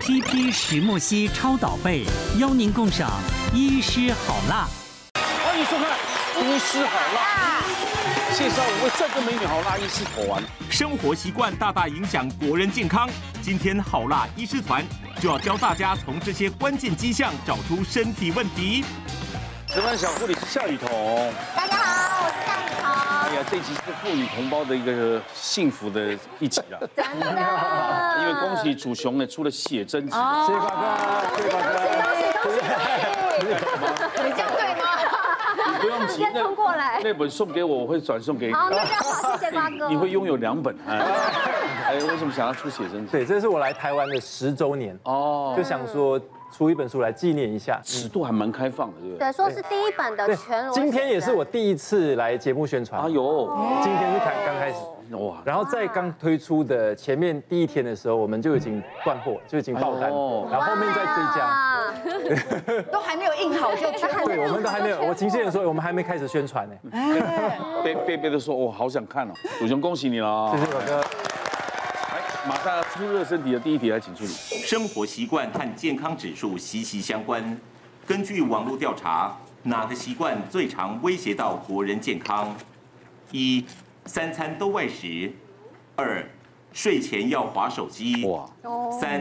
CP 石墨烯超导被，邀您共赏医师好辣。欢迎收看《巫师好辣》，介绍五位帅哥美女好辣医师口丸。生活习惯大大影响国人健康。今天好辣医师团就要教大家从这些关键迹象找出身体问题。值班小护理夏雨桐，大家好，我是夏雨哎桐。呀，这集是妇女同胞的一个幸福的一集啊！真的，因为恭喜楚雄呢出了写真集，谢谢大哥，谢谢大哥，恭喜恭喜恭喜！你这样对吗？不用急你，先冲过来那本送给我，我会转送给你。好，那这样好，谢谢瓜哥。你会拥有两本。 哎，哎为什么想要出写真集？对，这是我来台湾的十周年，哦，就想说出一本书来纪念一下。尺度还蛮开放的，对不对？对，说是第一本的全裸。今天也是我第一次来节目宣传哎，呦，今天是刚刚开始。哇，哦然后在刚推出的前面第一天的时候，我们就已经断货，就已经爆单，哦然后后面再追加。哇。都还没有印好就全部对，我们都啊还没有，我经纪人说我们还没开始宣传呢。贝贝贝的说，我好想看哦。楚雄，恭喜你了啊！谢谢我哥。来，马上要出热身题的第一题，来请助理。生活习惯和健康指数息息相关。根据网络调查，哪个习惯最常威胁到国人健康？一、三餐都外食；二、睡前要划手机；哇三、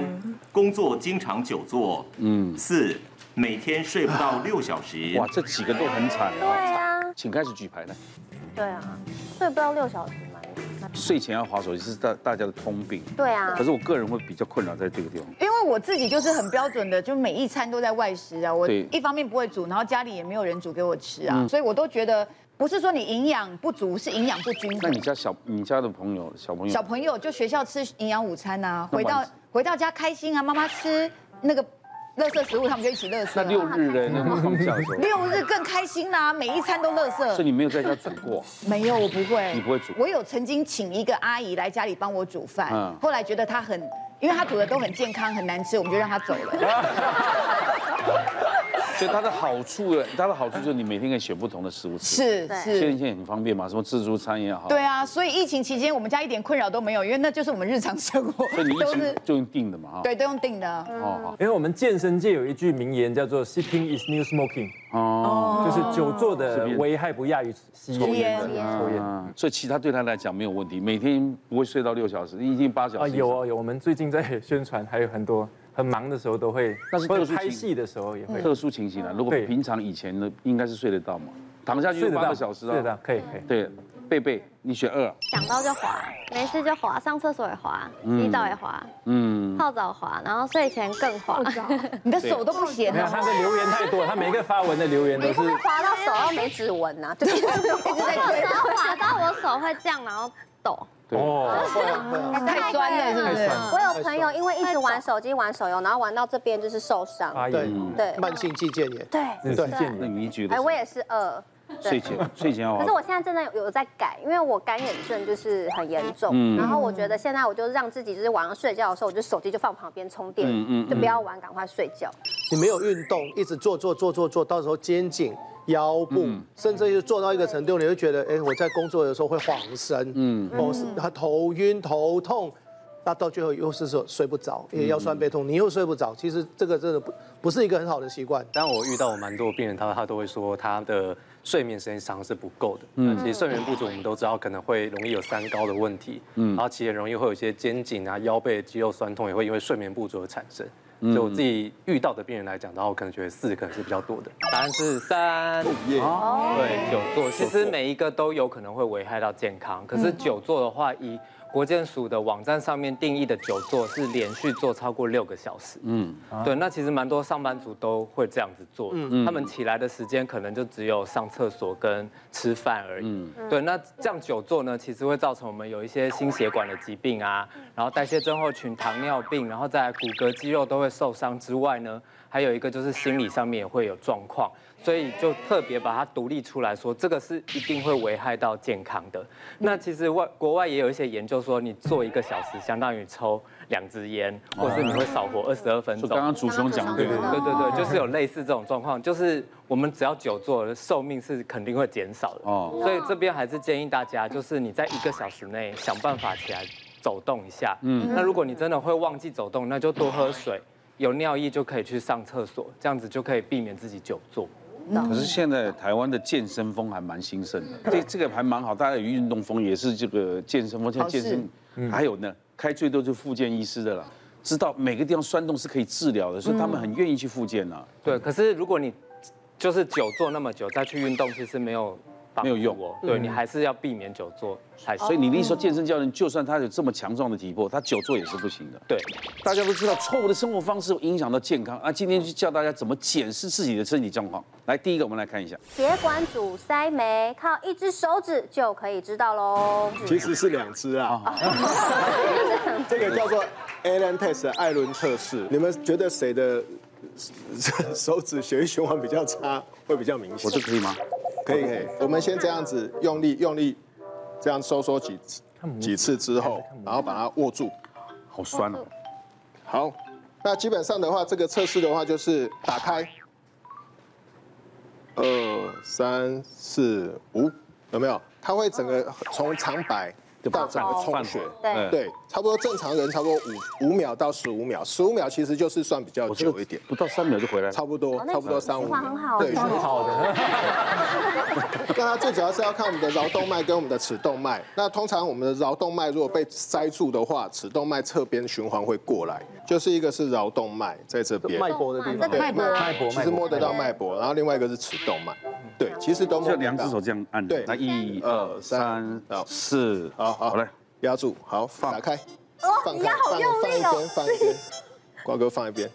工作经常久坐；嗯，四、每天睡不到六小时。哇，这几个都很惨对啊！啊，请开始举牌来。对啊，睡不到六小时嘛。睡前要划手机是大大家的通病，对啊可，是我个人会比较困扰在这个地方。因为我自己就是很标准的，就每一餐都在外食啊。我对嗯一方面不会煮，然后家里也没有人煮给我吃啊，所以我都觉得不是说你营养不足，是营养不均那你衡。家小你家的朋友小朋友小朋友就学校吃营养午餐呐、那回到晚上回到家开心啊，妈妈吃那个垃圾食物，他们就一起垃圾、那六啊。日呢？那放假的时候，六日更开心啦、每一餐都垃所以圾。你没有在家煮过，没有，我不会。你不会煮我有曾经请一个阿姨来家里帮我煮饭，嗯后来觉得她很，因为她煮的都很健康，很难吃，我们就让她走了。 所以它的好处呢，它的好处就是你每天可以选不同的食物吃。是现对在是现。在很方便嘛，什么自助餐也好。对。啊，所以疫情期间我们家一点困扰都没有，因为那就是我们日常生活，所以你一都直是就用定的嘛哈。。对都用订的。哦因为我们健身界有一句名言叫做 “Sitting is new smoking”，好哦。就是久坐的这边危害不亚于吸烟。抽烟抽烟。啊所以其他对他来讲没有问题，每天不会睡到六小时，一定八小啊，时以上。有哦有，我们最近在宣传，还有很多很忙的时候都会，那是或者特殊情拍戏的时候也会特殊情形啊，如果嗯对平常以前呢，应该是睡得到嘛，躺下去睡就得八到个小时睡得到啊。可以可以。对，贝贝，你选二，啊想到就滑，没事就滑，上厕所也滑，洗澡也滑，嗯，泡澡滑，然后睡前更滑，你的手都不闲 没有，他了，的留言太多，他每个发文的留言都你是会不会滑到手要没指纹呐？就是一直在推然后滑到我手会这样，然后抖。哦，太酸了是不太是？酸 我有朋友因为一直玩手机、玩手游，然后玩到这边就是受伤。发对言，，嗯对，慢性肌腱炎。对，只是建那议。你觉得哎，是？我也是二。对睡前睡前要哦可滑是我现在真的有有在改，因为我干眼症就是很严嗯重，然后我觉得现在我就让自己就是晚上睡觉的时候，我就手机就放旁边充电嗯嗯嗯，就不要玩，赶快睡觉。你没有运动，一直做做做做做，到时候肩颈、腰部，嗯甚至就做到一个程度，你会觉得，哎，我在工作的时候会晃神，嗯，哦，是头晕、头痛。那到最后又是说睡不着，也腰酸背痛，你又睡不着。其实这个真的不不是一个很好的习惯。但我遇到我蛮多病人，他他都会说他的睡眠时间长是不够的。嗯，其实睡眠不足，我们都知道可能会容易有三高的问题，嗯，然后其实也容易会有一些肩颈啊、腰背肌肉酸痛，也会因为睡眠不足而产生。所以我自己遇到的病人来讲，然后我可能觉得四可能是比较多的。答案是三，哦对，久坐。其实每一个都有可能会危害到健嗯康，可是久坐的话，以国健署的网站上面定义的久坐是连续坐超过六个小时。嗯，啊对，那其实蛮多上班族都会这样子做，嗯他们起来的时间可能就只有上厕所跟吃饭而嗯已。对，那这样久坐呢，其实会造成我们有一些心血管的疾病啊，然后代谢症候群、糖尿病，然后再来骨骼肌肉都会受伤之外呢，还有一个就是心理上面也会有状况，所以就特别把它独立出来说，这个是一定会危害到健康的。那其实外国外也有一些研究说，你坐一个小时相当于抽两支烟，或是你会少活二十二分啊就钟。刚刚主雄讲的对吗？对对对，就是有类似这种状况，就是我们只要久坐，寿命是肯定会减少的。哦哦，所以这边还是建议大家，就是你在一个小时内想办法起来走动一下。嗯，那如果你真的会忘记走动，那就多喝水。有尿意就可以去上厕所，这样子就可以避免自己久坐。可是现在台湾的健身风还蛮兴盛的，嗯这这个还蛮好，大家有运动风，也是这个健身风。现在健嗯身还有呢，开最多就复健医师的了，知道每个地方酸痛是可以治疗的，所以嗯他们很愿意去复健啊。对，可是如果你就是久坐那么久再去运动，其实没有帮没有助用哦。对你还是要避免久坐才行。所以你的意思说，健身教练就算他有这么强壮的体魄，他久坐也是不行的。对，大家都知道，错误的生活方式会影响到健康啊。今天就教大家怎么检视自己的身体状况。来，第一个我们来看一下，血管阻塞没，靠一只手指就可以知道喽。其实是两只啊， 这个叫做 Allen test 艾伦测试。你们觉得谁的手指血液循环比较差，会比较明显？我这可以吗？可以可以，我们先这样子用力用力，这样收缩几次几次之后，然后把它握住。好酸哦、好，那基本上的话，这个测试的话就是打开，二三四五，有没有？它会整个从长白到整个充血，对对，差不多正常人差不多五五秒到十五秒，十五秒其实就是算比较我这久个一点，不到三秒就回来了。差不多哦那差不多三五循环很好秒，对，好的， 那它最主要是要看我们的桡动脉跟我们的尺动脉。那通常我们的桡动脉如果被塞住的话，尺动脉侧边循环会过来，就是一个是桡动脉在这边，脉搏的地方这，个脉搏脉搏，其实摸得到脉搏，然后另外一个是尺动脉，对，其实都摸就得到两只手这样按着，对来一二二三三四，好好好嘞，压住，好放打开，哦，你要好用放一力边哦。放一边，瓜哥放一边，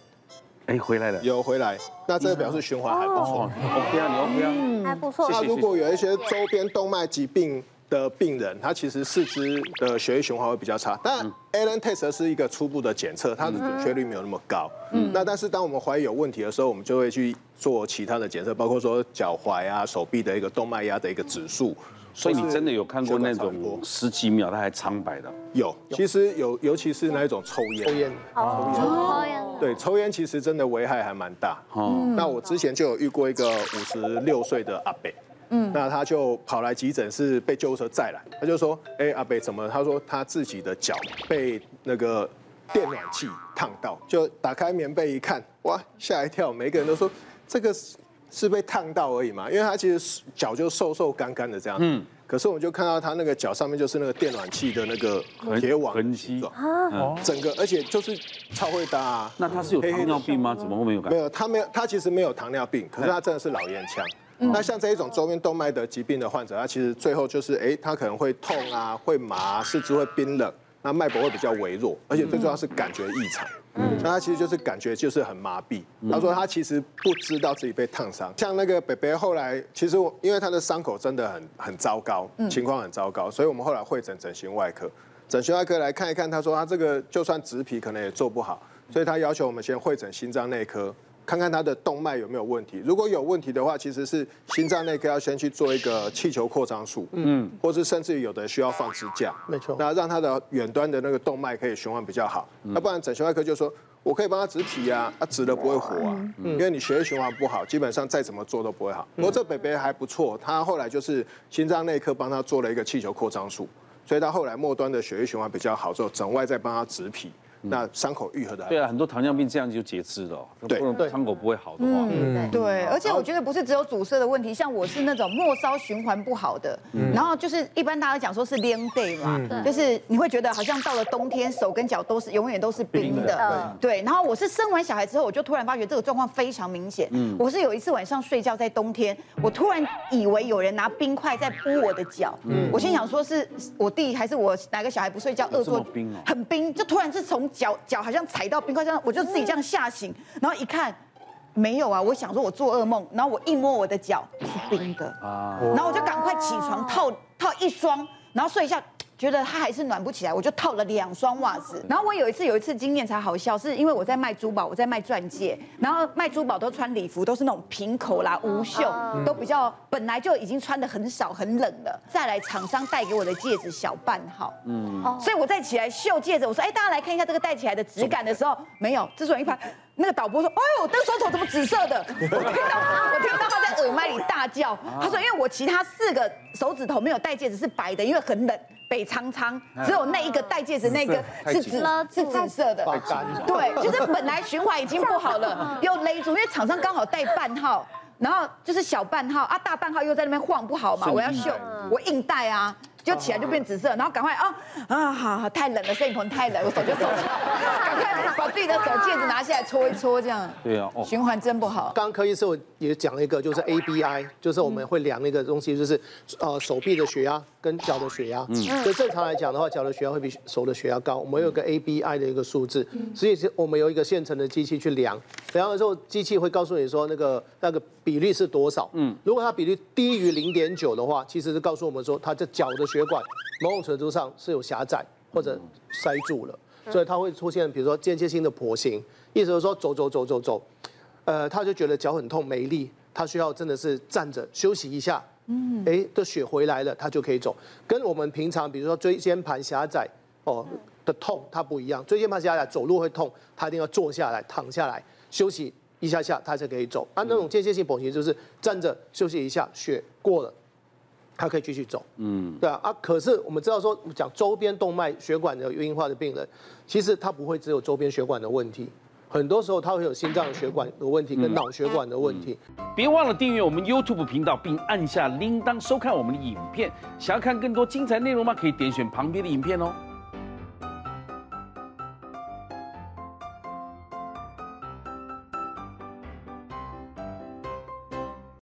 哎，回来了，有回来，那这个表示循环还不错。 ，OK 啊，你 OK 啊，还不错，哦那如果有一些周边动脉疾病的病人，他其实四肢的血液循环会比较差。但 Allen test 是一个初步的检测，它的准确率没有那么高。那但是当我们怀疑有问题的时候，我们就会去做其他的检测，包括说脚踝啊、手臂的一个动脉压的一个指数。所以你真的有看过那血管长种波十几秒它还苍白的，有，其实有，尤其是那一种抽烟，抽烟，嗯抽烟的，对，抽烟其实真的危害还蛮大。嗯哦，那我之前就有遇过一个五十六岁的阿伯，嗯，那他就跑来急诊室被救护车载来，他就说，哎、阿伯怎么？他说他自己的脚被那个电暖气烫到，就打开棉被一看，哇，吓一跳，每个人都说这个是是被烫到而已嘛，因为他其实是脚就瘦瘦干干的这样，嗯，可是我们就看到他那个脚上面就是那个电暖气的那个痕铁网痕的迹形状，整个而且就是超会搭、啊，那他是有糖尿病吗？怎么会没有感没觉？有，他没有，他其实没有糖尿病，可是他真的是老烟枪。那像这一种周边动脉的疾病的患者，他其实最后就是，哎，他可能会痛啊，会麻啊、四肢会冰冷，那脉搏会比较微弱，而且最重要是感觉异常。那他其实就是感觉就是很麻痹。他说他其实不知道自己被烫伤，像那个北北后来，其实我因为他的伤口真的很很糟糕，情况很糟糕，所以我们后来会诊整形外科。整形外科来看一看，他说啊他这个就算植皮可能也做不好，所以他要求我们先会诊心脏内科，看看他的动脉有没有问题。如果有问题的话，其实是心脏内科要先去做一个气球扩张术，嗯，或是甚至于有的需要放支架，没错那让他的远端的那个动脉可以循环比较好。那不然整形外科就说。我可以帮他植皮啊，他植了不会活啊，因为你血液循环不好，基本上再怎么做都不会好。不过这北北还不错，他后来就是心脏内科帮他做了一个气球扩张术，所以他后来末端的血液循环比较好之后，整外再帮他植皮，那伤口愈合的对啊，很多糖尿病这样就截肢了哦，对不然伤口不会好的话，嗯，对，对，而且我觉得不是只有阻塞的问题，像我是那种末梢循环不好的，然后就是一般大家讲说是 l a day 嘛，就是你会觉得好像到了冬天手跟脚都是永远都是冰的，对。然后我是生完小孩之后，我就突然发觉这个状况非常明显。我是有一次晚上睡觉在冬天，我突然以为有人拿冰块在拨我的脚，我心想说是我弟还是我哪个小孩不睡觉有恶这么作冰哦很冰，就突然是从脚脚好像踩到冰块上，我就自己这样吓醒，然后一看。没有啊，我想说我做噩梦，然后我一摸我的脚是冰的啊，哦然后我就赶快起床套套一双，然后睡一下。觉得它还是暖不起来，我就套了两双袜子。然后我有一次有一次经验才好笑，是因为我在卖珠宝，我在卖钻戒，然后卖珠宝都穿礼服，都是那种平口啦、无袖，啊都比较本来就已经穿的很少、很冷了。再来厂商带给我的戒指小半号，哦哦嗯，所以我再起来秀戒指，我说哎，大家来看一下这个戴起来的质感的时候，没有，这是我一拍。那个导播说：“哎呦，我的手肘怎么紫色 的？”我听到我听到他在耳麦里大叫，他说：“因为我其他四个手指头没有戴戒指是白的，因为很冷，北苍苍，只有那一个戴戒指那个 是紫是紫色的太紧了，对，就是本来循环已经不好 了，又勒住，因为厂商刚好带半号。”然后就是小半号啊，大半号又在那边晃，不好嘛，我要秀，我硬戴啊，就起来就变紫色，然后赶快啊啊，好好太冷了，摄影棚太冷，我手就受潮，赶快把自己的手戒指拿下来搓一搓，这样对啊，哦，循环真不好。刚刚柯医生我也讲了一个，就是 ABI，就是我们会量那个东西，就是呃手臂的血压跟脚的血压。嗯，所以正常来讲的话，脚的血压会比手的血压高。我们有个 ABI 的一个数字，所以是我们有一个现成的机器去量，量了之后机器会告诉你说那个那个比率是多少。嗯，如果它比率低于零点九的话，其实是告诉我们说它这脚的血管某种程度上是有狭窄或者塞住了。所以它会出现比如说间歇性的跛行，意思是说走走走走走，呃，他就觉得脚很痛没力，他需要真的是站着休息一下，嗯，哎，的血回来了，他就可以走，跟我们平常比如说椎间盘狭窄哦的痛它不一样，椎间盘狭窄走路会痛，他一定要坐下来躺下来休息一下下，他才可以走。啊，那种间歇性跛行就是站着休息一下，血过了。他可以继续走，嗯，对啊，啊，可是我们知道说，我们讲周边动脉血管的硬化的病人，其实他不会只有周边血管的问题，很多时候他会有心脏血管的问题跟脑血管的问题。别忘了订阅我们 YouTube 频道，并按下铃铛收看我们的影片。想要看更多精彩内容吗？可以点选旁边的影片哦。